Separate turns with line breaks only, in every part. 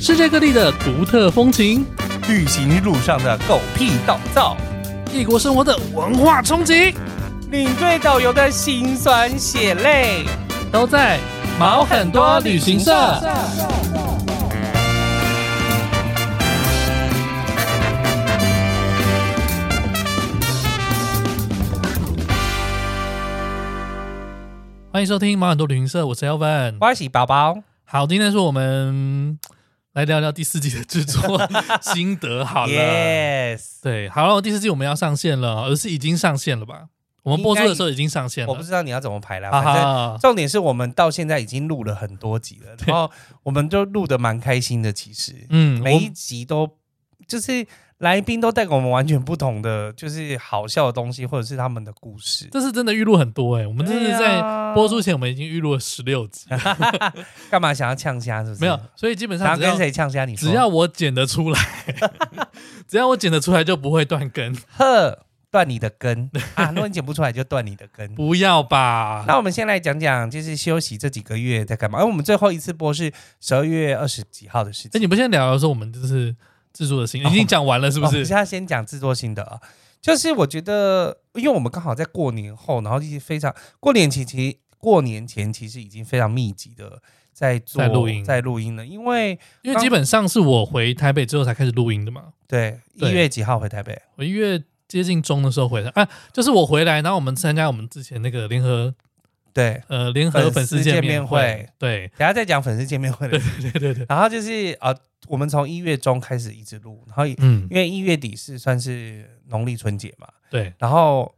世界各地的独特风情，
旅行路上的狗屁倒灶，
异国生活的文化冲击，
领队导游的辛酸血泪，哦
都在毛很多旅行社。欢迎收听毛很多旅行社，我是 Elvin。
欢喜宝宝，
好，今天是我们来聊聊第四季的制作心得。好 了
Yes，
对，好了，第四季我们要上线了，而是已经上线了吧？我们播出的时候已经上线了。
我不知道你要怎么排啦，
啊哈
反正
哈，
重点是我们到现在已经录了很多集了，然后我们就录的蛮开心的，其实
嗯，
每
我
一集都就是来宾都带给我们完全不同的，就是好笑的东西，或者是他们的故事。
这次真的预录很多哎、我们真的
对
在
啊
播出前我们已经预录了十六集，
干嘛想要呛虾？是不是？
没有，所以基本
想
上
要
只
跟
要
谁呛虾？你说
只要我剪得出来， 只要我剪得出来就不会断更，
呵断你的 根啊！如果你剪不出来，就断你的根。
不要吧？
那我们先来讲讲，就是休息这几个月在干嘛？而我们最后一次播是十二月二十几号的事
哎、
情，
你们先聊聊说我们就是制作的心，已经讲完了是不
哦我
是？
现在先讲制作新的啊，就是我觉得，因为我们刚好在过年后，然后一直非常过年前，其实过年前其实已经非常密集的在做
在录音
在录音了，因为
因为基本上是我回台北之后才开始录音的嘛。
对一
对
月几号回台北？
我一月接近中的时候回来，啊，就是我回来，然后我们参加我们之前那个联合
对，
呃联合粉
粉丝
丝见
见
面
面
会
会，
对
等一下再讲粉丝见面会的事。
对对对，
然后就是啊、呃我们从一月中开始一直录，然后因
嗯，
为一月底是算是农历春节嘛，
对。
然后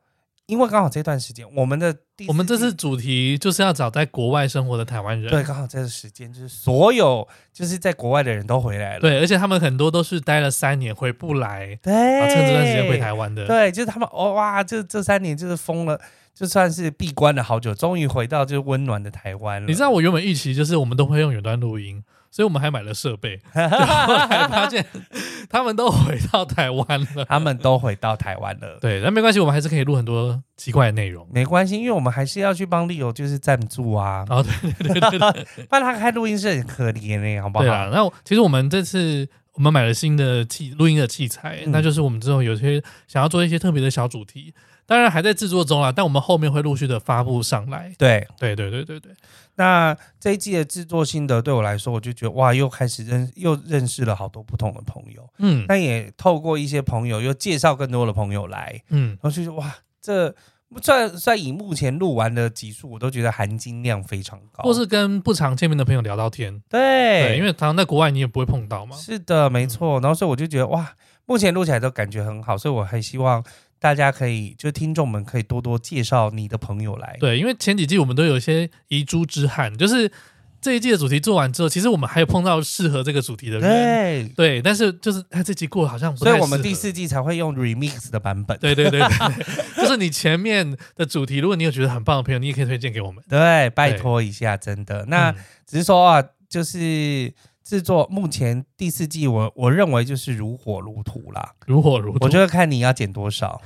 因为刚好这段时间，我们的第四
我们这
季
次主题就是要找在国外生活的台湾人，
对刚好这个时间，就是所有就是在国外的人都回来了，
对而且他们很多都是待了三年回不来，
对，
然后啊趁这段时间回台湾的，
对，就是他们哦哇，这这三年就是疯了，就算是闭关了好久，终于回到就是温暖的台湾了。
你知道 我原本预期就是我们都会用远端录音，所以我们还买了设 备，然后才发现 他们都回到台湾 了。
他们都回到台湾了，
对，那没关系，我们还是可以录很多奇怪的内容。
没关系，因为我们还是要去帮利友就是赞助啊，
然后对对对对对，
不然他开录音室很可怜呢、好不好？
对啊啦，那我其实我们这次我们买了新的器录音的器材，
嗯
那就是我们之后有些想要做一些特别的小主题，当然还在制作中啦，但我们后面会陆续的发布上来。
对
对对对对对，
那这一季的制作心得对我来说，我就觉得哇，又开始认又认识了好多不同的朋友，
嗯
那也透过一些朋友又介绍更多的朋友来，
嗯
然后就说哇，这算算以目前录完的集数，我都觉得含金量非常高，
或是跟不常见面的朋友聊到天，
对，
对，因为嗯常在国外你也不会碰到嘛。
是的，没错。然后所以我就觉得哇，目前录起来都感觉很好，所以我很希望大家可以，就听众们可以多多介绍你的朋友来。
对，因为前几季我们都有一些遗珠之憾，就是这一季的主题做完之后，其实我们还有碰到适合这个主题的人，
对，
对，但是就是他这集过得好像不太
所以我们
适合
第四季才会用 remix 的版本。
对对对对，对就是你前面的主题，如果你有觉得很棒的朋友，你也可以推荐给我们。
对，拜托一下，真的。那
嗯
只是说啊，就是制作目前第四季我，我认为就是如火如荼啦。
如火如荼，
我就会看你要剪多少。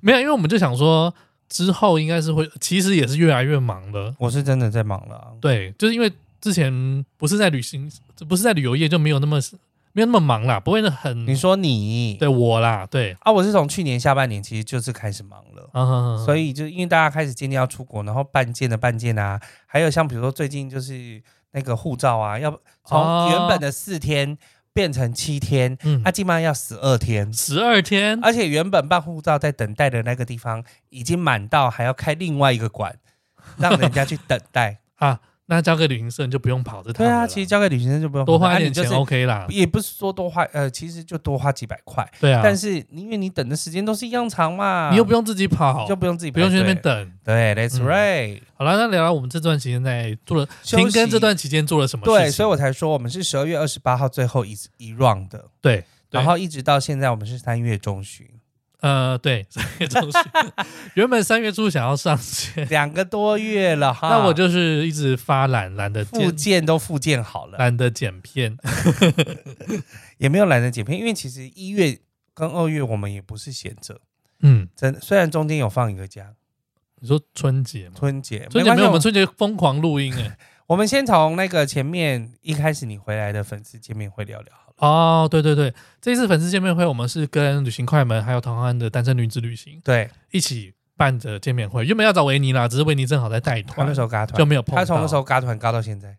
没有，因为我们就想说之后应该是会，其实也是越来越忙了。
我是真的在忙了啊，
对，就是因为之前不是在旅行，不是在旅游业，就没有那么没有那么忙啦，不会很
你说你
嗯对我啦，对，
啊，我是从去年下半年其实就是开始忙了。
啊，
所
以
以就因为大家开始渐渐要出国，然后办件的办件啊，还有像比如说最近就是那个护照啊，要
哦
从原本的四天变成七天，啊
嗯
它、，基本上要十二天。
十二天，
而且原本办护照在等待的那个地方已经满到，还要开另外一个馆，让人家去等待。
啊那交给旅行社你就不用跑这趟
对
了啦。
啊，其实交给旅行社就不用
多
烦
花一
恼
点
啊
钱
你
OK 啦
就是，也不是说多花，呃，其实就多花几百块。
对啊，
但是因为你等的时间都是一样长嘛，
你又不用自己跑，
就不用自己
不用去那边
排队。
等。
对，That's
嗯
right、
好了，那聊聊我们这段期间在做了
休
停更
息
这段期间做了什么事情？
对，所以我才说我们是十二月二十八号最后一次一 round 的，
对对
然后一直到现在我们是三月中旬，
呃对 三月中 旬，原本三月初想要上线，
两个多月了哈。
那我就是一直发懒，懒得
复
剪，
健都复健好了，
懒得剪片。
也没有懒得剪片，因为其实一月跟二月我们也不是闲着，
嗯，
真的虽然中间有放一个假，
你说春节吗？
春节
春节没有，我们
关系
春节疯狂录音哎、
我们先从那个前面一开始你回来的粉丝见面会聊聊好了。
哦，对对对，这次粉丝见面会，我们是跟旅行快门还有唐安的单身女子旅行
对，
一起办的见面会。原本要找维尼啦，只是维尼正好在带
他
团
那时，候嘎团
就没有碰到。
他从那时候嘎团嘎到现在，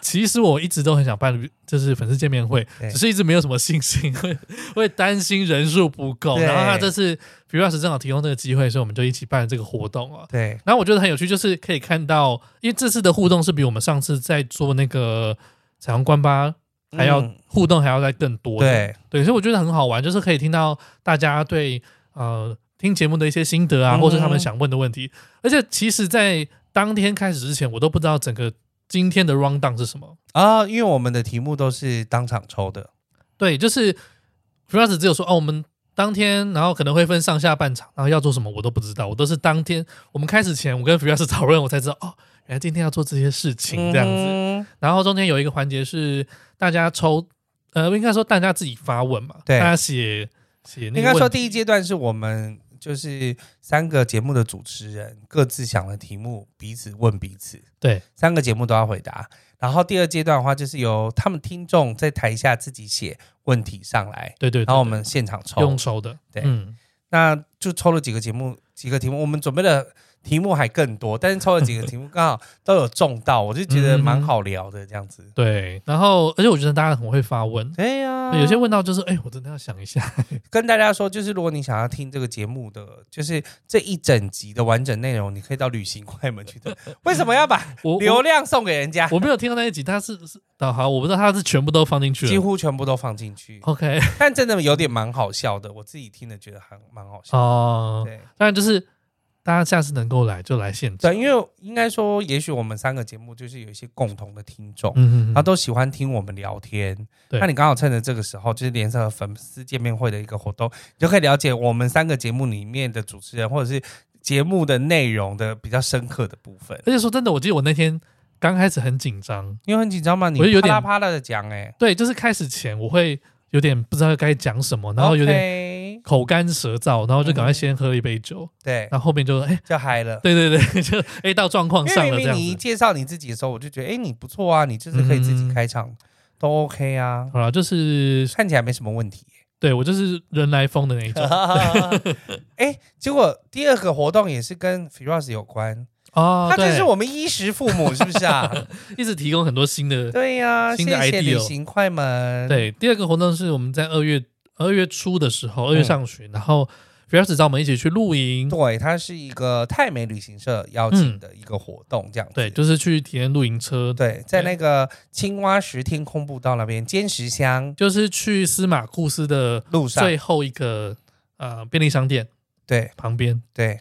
其实我一直都很想办，就是粉丝见面会，
对
只是一直没有什么信心， 会会担心人数不够。
对
然后他这次 f i r a s 正好提供这个机会，所以我们就一起办了这个活动啊。
对
然后我觉得很有趣，就是可以看到，因为这次的互动是比我们上次在做那个彩虹关吧还要
嗯
互动还要再更多的。
对
对，所以我觉得很好玩，就是可以听到大家对呃听节目的一些心得啊，
嗯
或是他们想问的问题。而且其实，在当天开始之前，我都不知道整个今天的 round down 是什么。
啊，因为我们的题目都是当场抽的，
对，就是 Firas 只有说哦，我们当天，然后可能会分上下半场，然后要做什么我都不知道，我都是当天我们开始前，我跟 Firas 讨论，我才知道哦，原来今天要做这些事情这样子。
嗯
然后中间有一个环节是大家抽，呃，应该说大家自己发问嘛，
对
大家写写那
应
个
该
问
说
题
第一阶段是我们就是三个节目的主持人各自想的题目，彼此问彼此，
对，
三个节目都要回答。然后第二阶段的话，就是由他们听众在台下自己写问题上来，
对对对，
然后我们现场抽
用。抽的，
对
嗯，
那就抽了几个节目，几个题目，我们准备的题目还更多，但是抽了几个题目刚好都有中到，我就觉得蛮好聊的这样
嗯
子。
对。然后而且我觉得大家很会发问，
对呀、
有些问到就是，哎，我真的要想一下，
跟大家说，就是如果你想要听这个节目的，就是这一整集的完整内容，你可以到旅行快门去 听。为什么要把
我
流
我
量送给人家？
我没有听到那一集，他是是啊，好，我不知道他是全部都放进去
几
了。
乎全部都放进去，
OK
但真的有点蛮好笑的，我自己听了觉得还蛮好笑。
哦，
对
当然就是大家下次能够来就来现场，
对，因为应该说，也许我们三个节目就是有一些共同的听众，
嗯嗯
他，都喜欢听我们聊天。
对
那你刚好趁着这个时候，就是联合粉丝见面会的一个活动，你就可以了解我们三个节目里面的主持人或者是节目的内容的比较深刻的部 分。
而且说真的，我记得我那天刚开始很紧张，
你很紧张吗？你
我就有
啪
点
啦啪啦的讲哎、
对，就是开始前我会有点不知道该讲什么，然后有点
OK，
口干舌燥，然后就赶快先喝一杯酒，
对，
然后后面就哎、
就嗨了。
对对对， 就哎、到状况
因为
上
明
了这
明
样
你一
子。
介绍你自己的时候，我就觉得哎、你不错啊，你就是可以自己
嗯
开场，都 OK 啊，
好了，就是
看起来没什么问题、
对我就是人来疯的那一 种
哎、结果第二个活动也是跟 Firas 有关，
哦
啊他，就
对
是，我们衣食父母，是不是 啊？
一直提供很多新的。
对呀、
新的
谢谢
idea
旅行快门。，
对，第二个活动是我们在二月二月初的时候，二月上旬，然后不要只找我们一起去露营，
嗯对，它是一个泰美旅行社邀请的一个活动，这样子。
嗯对，就是去体验露营车，
对，在
对
那个青蛙石天空步道那边，尖石乡
就是去司马库斯的
路上，
最后一个呃便利商店
对
旁边，
对，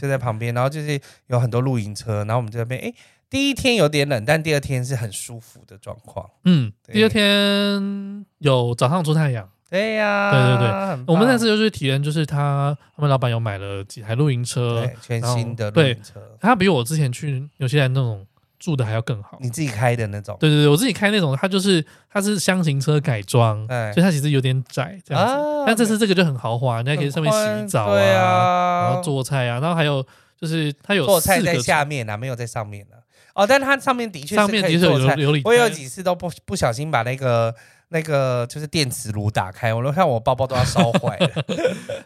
就在旁边，然后就是有很多露营车，然后我们就在那边，哎，第一天有点冷，但第二天是很舒服的状况。
嗯，
对
第二天有早上出太阳。
对呀、
对对我
对
们那次就是体验，就是他他们老板有买了几台露营车
对，全新的露
呃对
营车，
他比我之前去纽西兰那种住的还要更好。
你自己开的那种，
对对对，我自己开那种，它就是它是箱型车改装，
哎
所以它其实有点窄这样子。
啊
但这次这个就很豪华，你还可以在上面
很宽
洗澡
对
啊，
啊，
然后做菜啊，然后还有就是它有
做
四
菜
个
在下面啊，没有在上面啊。哦，但它上面的确是
上面
可
的
以
确
做
有
菜，
琉璃，
我有几次都不不小心把那个那个就是电磁炉打开，我都看我包包都要烧坏 了。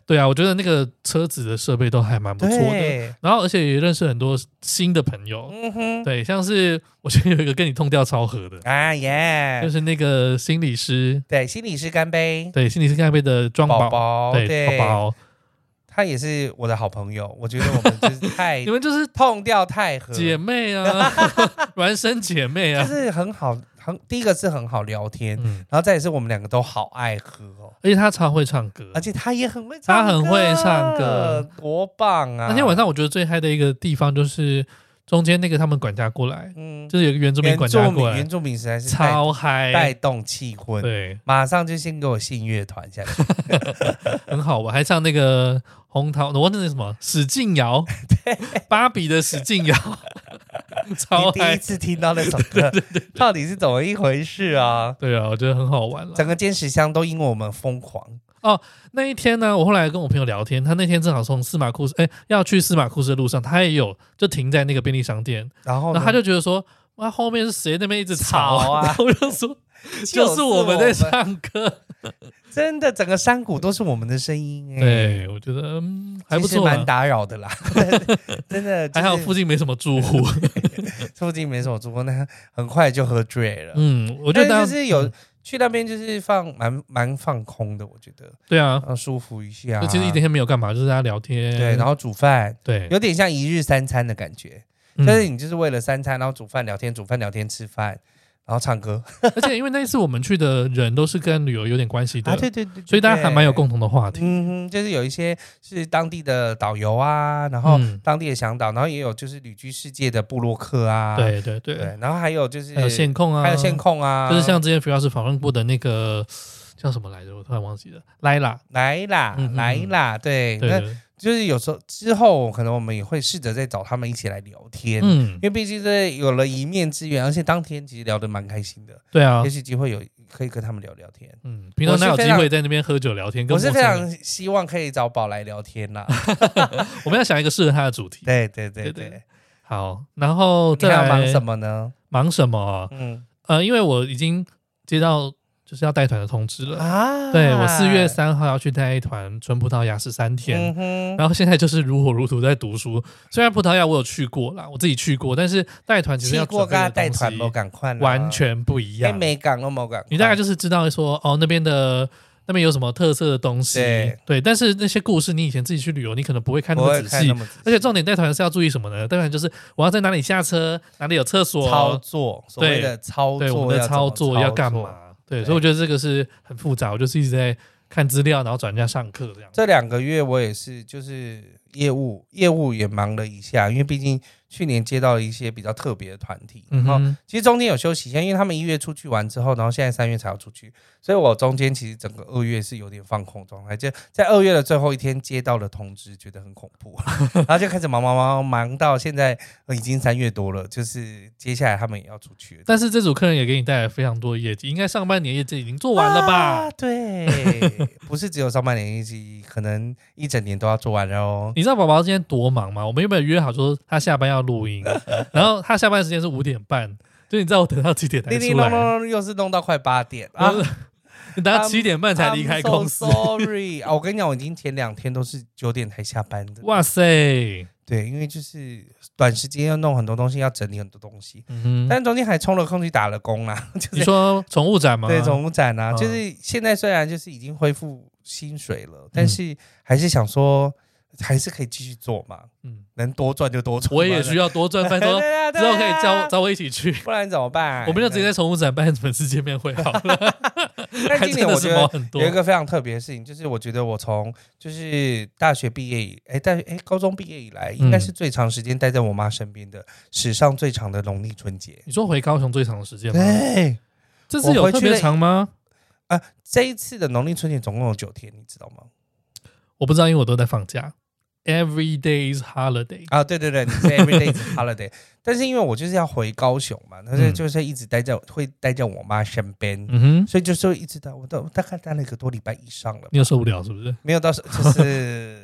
对啊，我觉得那个车子的设备都还蛮不错的。
对，
然后而且也认识很多新的朋友，
嗯哼，
对，像是我觉得有一个跟你痛调超合的，
啊
就
耶，
是那个心理师，
对，心理师干杯，
对，心理师盖被的庄
宝
宝，
宝，
对，宝宝，
他也是我的好朋友，我觉得我们就是太
你们就是
痛掉太合，
姐妹 啊，孪生姐妹
嗯就
啊，
是很好，很第一个是很好聊天，
嗯，
然后再也是我们两个都好爱喝哦。
而且她超会唱歌
而。且他也很会
他
唱歌，
很会唱歌
多棒啊！
那天晚上我觉得最嗨的一个地方就是中间那个他们管家过来，
嗯，
就是有一个原住民
原
管
住
家
民
过来
原，住民实在是带
超
带
嗨，
动气氛，
对，
马上就先给我信乐团下去。
很好玩，还唱那个红桃，我忘记那什么史劲 瑶，芭比的史劲瑶，超
你第一
嗨，
次听到那首 歌，到底是怎么一回事啊？
对啊，我觉得很好玩了。
整个尖石乡都因为我们疯狂，
那一天呢，我后来跟我朋友聊天，他那天正好从司马库斯，哎、要去司马库斯的路上，他也有就停在那个便利商店，
然后
然
呢
后他就觉得说，哇，后面是谁那边一直吵
吵啊
然 后我就 说，就是我们在唱歌。
真的整个山谷都是我们的声音、哎，，
对，我觉得、嗯、还不错啊、
蛮打扰的啦， 真的、就是
还好附近没什么住户。
附近没什么住过，那很快就喝醉了。
嗯，我
我
觉得大家
就是有、去那边就是放蛮蛮放空的，我觉得
对啊，
让舒服一下。
就其实一天没有干嘛，就是大家聊天。
对，然后煮饭，
对，
有点像一日三餐的感觉，
嗯
就是你就是为了三餐，然后煮饭聊天，煮饭聊天吃饭，然后唱歌
而且因为那一次我们去的人都是跟旅游有点关系的，
啊，对对对，对
所以大家还蛮有。共同的话
对
题。
嗯哼，就是有一些是当地的导游啊，然后
嗯
当地的向导，然后也有就是旅居世界的部落客啊，
对对
对
对，，
然后还有就是
还有线控啊，
还有线，控啊，
就是像之前 f r e e 访问过的那个叫什么来着，我突然忘记了，Lila。
来啦
嗯哼
来啦，对，
对
那
对，
就是有时候之后可能我们也会试着再找他们一起来聊天，
嗯
因，为毕竟这有了一面之缘，而且当天其实聊得蛮开心的，
对啊
也，许机会有可以跟他们聊聊天。
嗯，平常哪有
我是非
机
常
会在那边喝酒聊天？跟
我是
陌
非
生人
常希望可以找宝来聊 天啦。
我们要想一个适合他的主题。
对对对
对
对，
好，然后
你
再
还
来
要忙什？么呢？
忙什么？
嗯
呃，因为我已经接到就是要带团的通知了。
啊
对我四月，三号要去带一团纯葡萄牙十三天，
嗯哼，
然后现在就是如火如荼在读书。虽然葡萄牙我有去过啦，我自己去过，但是带团其实
去
要
过
准备
跟他
的
带团
东
不
西
赶快啦，
完全不一
哎
样。
没赶都没赶，
你大概就是知道说哦那边的。那边有什么特色的东西？
对
但是那些故事你以前自己去旅游，你可能不会看那
不
么
会
仔
看
细
那，么仔细，
而且重点带团是要注意什么呢？带团就是我要在哪里下车，哪里有厕
操
所，
作，所谓的操
对我
作
们的
要怎么
操作要干
操作？
嘛？对，
对
所以我觉得这个是很复杂，我就是一直在看资料，然后找人家上课这样。
这两个月我也是，就是业务业务也忙了一下，因为毕竟去年接到了一些比较特别的团体，
嗯
然后
哼，
其实中间有休息一下，因为他们一月出去玩之后，然后现在三月才要出去，所以我中间其实整个二月是有点放空状态，就在二月的最后一天接到了通知，觉得很恐 怖，然后就开始忙忙忙忙到现在呃已经三月多了，就是接下来他们也要出去了。
但是这组客人也给你带来非常多的业绩，应该上半年业绩已经做完了吧？
啊对，不是只有上半年一季，可能一整年都要做完 了哦。
你知道宝宝今天多忙吗？我们有没有约好说他下班要录 音，然后他下班时间是五点半，就你知道我等到几点才
叮叮
出
咚
来？
咚咚，又是弄到快八点啊！
你等到七点半 才离开公司
I'm。so sorry 啊，我跟你讲，我已经前两天都是九点才下班的。哇，
哇塞，
对，因为就是短时间要弄很多东西，要整理很多东西，
嗯哼，
但中间还充了空去打了工啦， 就
你
是
说宠物展吗？
对总务展啊，
嗯
就是现在虽然就是已经恢复薪水
嗯
了，但是还是想说还是可以继续做嘛，
嗯，
能多赚就多赚嘛。
我也需要多赚饭，
对
多
啊
之
对
后可以
啊哎
找找我一起去，
不然怎么办？
我们就直接在宠物展办粉丝见面会好了。
哎但
还
今
真
年
的
我
是
觉
毛
得
很多
有，一个非常特别的事情，就是我觉得我从就是大学毕业以哎大学哎高中毕业以来，应该是最长时间待在我妈身边的，史上最长的农历春节。
你说回高雄最长的时间吗？
对，
这次有特别长吗？
这一次的农历春节总共有九天，你知道吗？
我不知道，因为我都在放假。Every day is holiday。
啊，对对对，你是 every day is holiday，但是因为我就是要回高雄嘛，但是
嗯
就是一直待在会待在我妈身边，
嗯哼，
所以就是会一直到我到大概待了一个多礼拜以上了吧。
你又受不了是不是？
没有到就是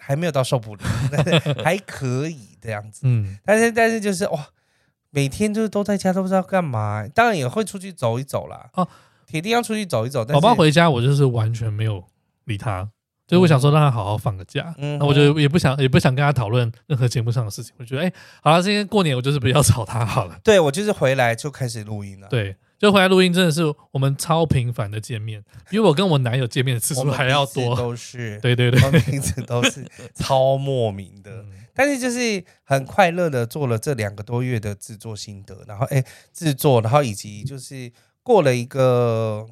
还没有到受 不了，但是还可以这样子。
嗯，
但是但是就是哇，每天就是都在家都不知道干嘛，当然也会出去走一走啦。
哦
哦，铁定要出去走一走。但
宝
是
宝，回家，我就是完全没有理他，就是我想说让他好好放个假。
嗯
那我就也不想也不想跟他讨论任何节目上的事情。我觉得，哎，好了，今天过年我就是不要吵他好 了。
对我就是回来就开始录音了。
对，就回来录音真的是我们超频繁的见面，比我跟我男友见面的次
我
数
们
还要
彼此
多。
都是，
对对对，
我们彼此都是超莫名的。
嗯
但是就是很快乐的做了这两个多月的制作心得，然后哎制作，然后以及就是过了一个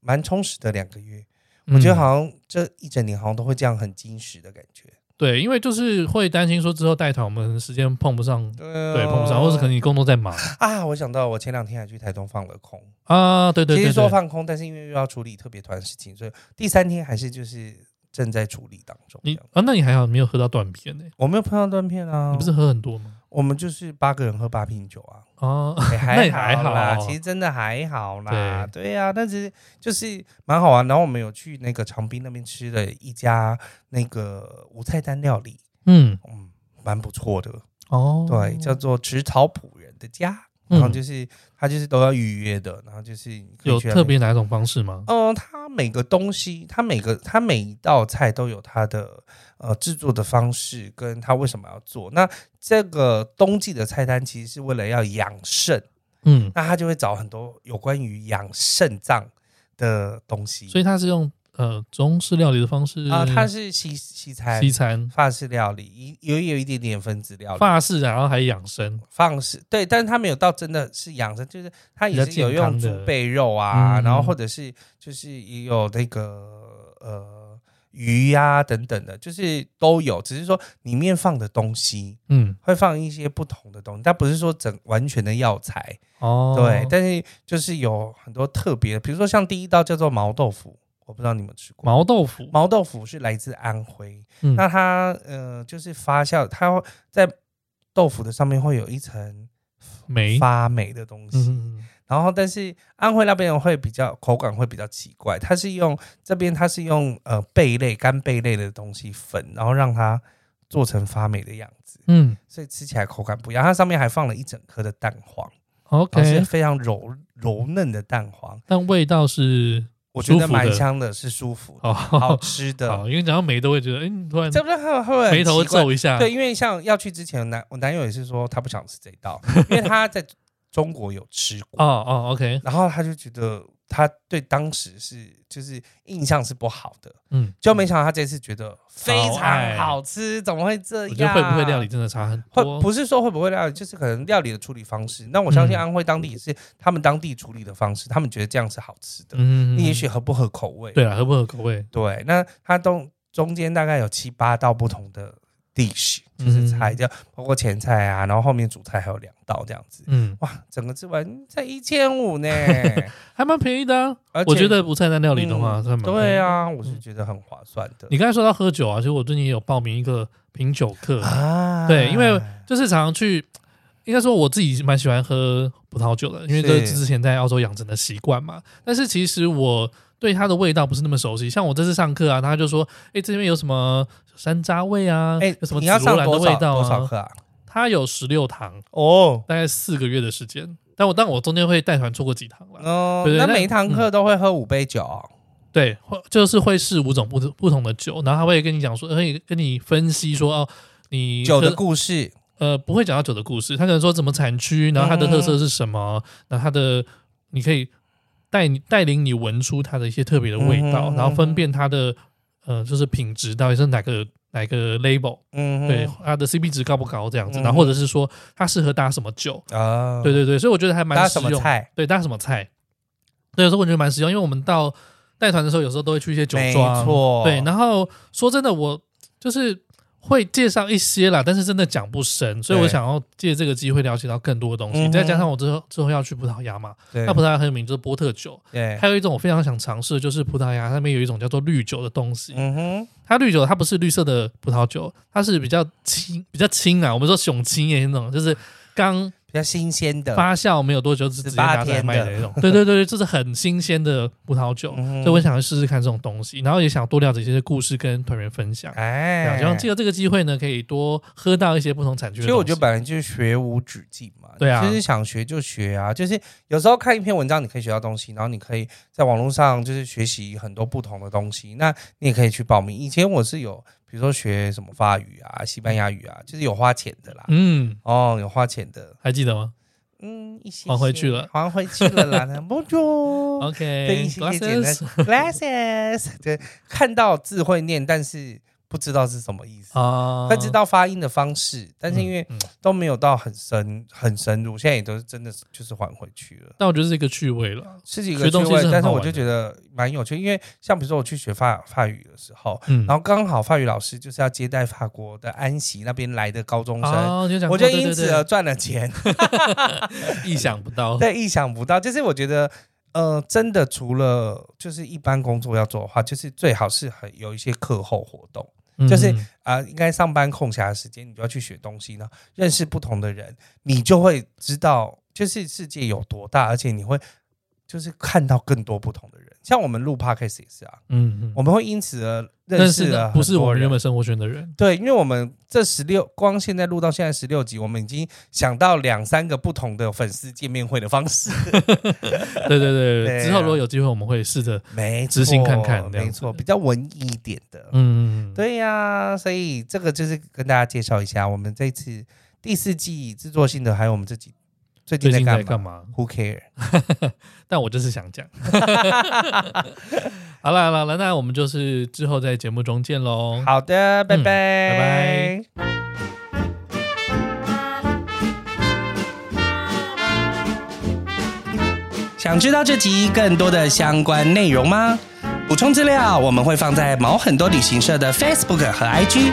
蛮充实的两个月，
嗯
我觉得好像这一整年好像都会这样很矜持的感觉，
对，因为就是会担心说之后带团我们时间碰不上，
对
对，碰不上，或是可能你工作在忙
啊，我想到我前两天还去台东放了空，
啊，对对
其
对
实说
对，
放空，但是因为又要处理特别团的事情，所以第三天还是就是正在处理当中。
你
这样
啊，那你还好，没有喝到断片呢、
我没有碰到断片啊，
你不是喝很多吗？
我们就是八个人喝八瓶酒啊，
哦，
也
那也还
好啦，
好
其实真的还好啦，对呀、啊，但是就是蛮好玩。然后我们有去那个长滨那边吃了一家那个无菜单料理，
嗯，
嗯，蛮不错的，
哦，
对，叫做池草仆人的家。
嗯
然后就是他就是都要预约的，然后就是你可以
有
去那
特
边
别哪一种方式吗？
嗯、它每个东西，它每个它每一道菜都有它的呃制作的方式，跟它为什么要做。那这个冬季的菜单其实是为了要养肾，
嗯，
那他就会找很多有关于养肾脏的东西。
所以它是用呃中式料理的方式
啊、它是西西餐、
西餐、
法式料理，有有一点点分子料理。
法式，然后还养生，
放是对，但是他没有到真的是养生，就是他也
比
是
较
有
健康
用
的
猪背肉啊，
嗯
然后或者是就是也有那个呃鱼呀、等等的，就是都有，只是说里面放的东西
嗯，
会放一些不同的东西，但不是说整完全的药材，
哦，
对，但是就是有很多特别的，比如说像第一道叫做毛豆腐，我不知道你们吃过。
毛豆腐，
毛豆腐是来自安徽，
嗯
那它呃就是发酵，它在豆腐的上面会有一层
梅，
发霉的东西。
嗯，嗯
然后，但是安徽那边会比较口感会比较奇怪，它是用这边它是用呃贝类干贝类的东西粉，然后让它做成发霉的样子，
嗯
所以吃起来口感不一样。它上面还放了一整颗的蛋黄，然后是
，OK，
非常柔柔嫩的蛋黄，
但味道是
我觉
舒
得
服的
蛮香的，是舒服的，
哦，
好
好，
吃的。
好因为讲到梅都会觉得，哎，你突然
这不是很会很
眉头
奇怪
皱一下，
对，，因为像要去之前，男我男友也是说他不想吃这一道，因为他在中国有吃过
哦哦，OK，
然后他就觉得他对当时是就是印象是不好的，
嗯，
就没想到他这次觉得非
好
常
爱
好吃，怎么会这样？
我觉得会不会料理？真的差很
会
多，
不是说会不会料理，就是可能料理的处理方式。那我相信
嗯
安徽当地也是他们当地处理的方式，他们觉得这样是好吃的，
嗯，嗯，嗯
也许合不合口味？
对啊，合不合口味？
对，那它中中间大概有七八道不同的 dish，就
嗯
是菜，就包括前菜啊，然后后面主菜还有两道这样子。
嗯，
哇，整个吃完嗯才一千 五呢，
还蛮便宜的啊。
而且
我觉得不菜单料理的话，
嗯
还蛮便宜
对。啊，我是觉得很划算的。
你刚才说到喝酒啊，其实我最近也有报名一个品酒课，
啊
对因为哎就是常常去，应该说我自己蛮喜欢喝葡萄酒的，因为这
是
是之前在澳洲养成的习惯嘛。但是其实我对它的味道不是那么熟悉，像我这次上课啊，他就说，哎、这边有什么山楂味啊，
哎，
有什么紫
你要上
罗兰的
多
味
少
道
多少
啊，
克啊？
它有十六堂，
哦，
大概四个月的时间。但我但我中间会带团错过几堂了，
哦，
对对
那
那嗯
每一堂课都会喝五杯酒哦。
对，会就是会试五种不同不同的酒，然后他会跟你讲说，会跟你分析说哦，你
酒的
喝
故事，
呃不会讲到酒的故事，他可能说怎么产区，然后它的特色是什么，然后它的你可以带你带领你闻出它的一些特别的味道，
嗯哼
然后分辨它的呃就是品质到底是哪个哪个 label，
嗯，
对，它的 CP 值高不高这样子，
嗯
然后或者是说它适合搭什么酒，
啊，
对，对对，所以我觉得还蛮
搭
实
什么
用的
菜？
对，搭什么菜？对，有时候我觉得蛮实用，因为我们到带团的时候，有时候都会去一些酒
没
庄，
错，
对。然后说真的，我就是会介绍一些啦，但是真的讲不深，所以我
对
想要借这个机会了解到更多的东西。
嗯哼
再加上我之后之后要去葡萄牙嘛，
对
那葡萄牙很有名就是波特酒，
对，
还有一种我非常想尝试的就是葡萄牙那边有一种叫做绿酒的东西，
嗯哼，
它绿酒它不是绿色的葡萄酒，它是比较清比较清啊，我们说雄青也那种，就是刚
比较新鲜的，
发酵没有多久，只直接拿出来卖的那种。对对对对，这是很新鲜的葡萄酒，
嗯哼
所以我想要试试看这种东西，然后也想多了解一些故事跟团员分享。对啊
哎，
希望借着这个机会呢，可以多喝到一些不同产区的
其
东西。
实我觉得本来就是学无止境嘛，
对啊
就是想学就学啊，就是有时候看一篇文章你可以学到东西，然后你可以在网络上就是学习很多不同的东西，那你也可以去报名。以前我是有，比如说学什么法语啊、西班牙语啊，就是有花钱的啦，
嗯，
哦，有花钱的，
还记得吗
嗯，一些
还回去了，
还回去 了啦，那不错。 对一些简单
？OK，glasses
glasses，对，看到字会念，但是不知道是什么意思，
啊，
会知道发音的方式，但是因为
嗯嗯
都没有到很深很深入，现在也都是真的是就是还回去了。
但我觉得是一个趣味了。
是几
学
个趣
东西是
味，
很
但是
好
我
玩的
就觉得蛮有趣，因为像比如说我去学法法语的时候，
嗯，
然后刚好法语老师就是要接待法国的安息那边来的高中生，
啊，你有讲过
我就
对
因
对
此呃
对
而赚了钱，
意想不到。
对，意想不到，就是我觉得。呃，真的除了就是一般工作要做的话，就是最好是很有一些课后活动。就是
嗯
啊、应该上班空暇的时间，你就要去学东西呢，认识不同的人，你就会知道就是世界有多大，而且你会就是看到更多不同的人。像我们录 podcast 也是啊，
嗯嗯，
我们会因此而
但
认识
是
了
呢，
很
不是
多
我们
人
原本生活圈的人，
对，因为我们这十六光现在录到现在十六集，我们已经想到两三个不同的粉丝见面会的方式。
对对 对
对啊
对。之后如果有机会，我们会试着，
没
执行看看
错
这样
没
子
错，比较文艺一点的。
嗯，嗯，嗯
对呀、所以这个就是跟大家介绍一下，我们这次第四季制作心得，还有我们自己最近
最
在
近
干
在
嘛
干嘛？
w h o care？
但我就是想讲。 好了好了好了，那我们就是之后在节目中见喽。
好的，拜拜，
嗯拜
拜。想知道这集更多的相关内容吗？补充资料我们会放在毛很多旅行社的 Facebook 和 IG，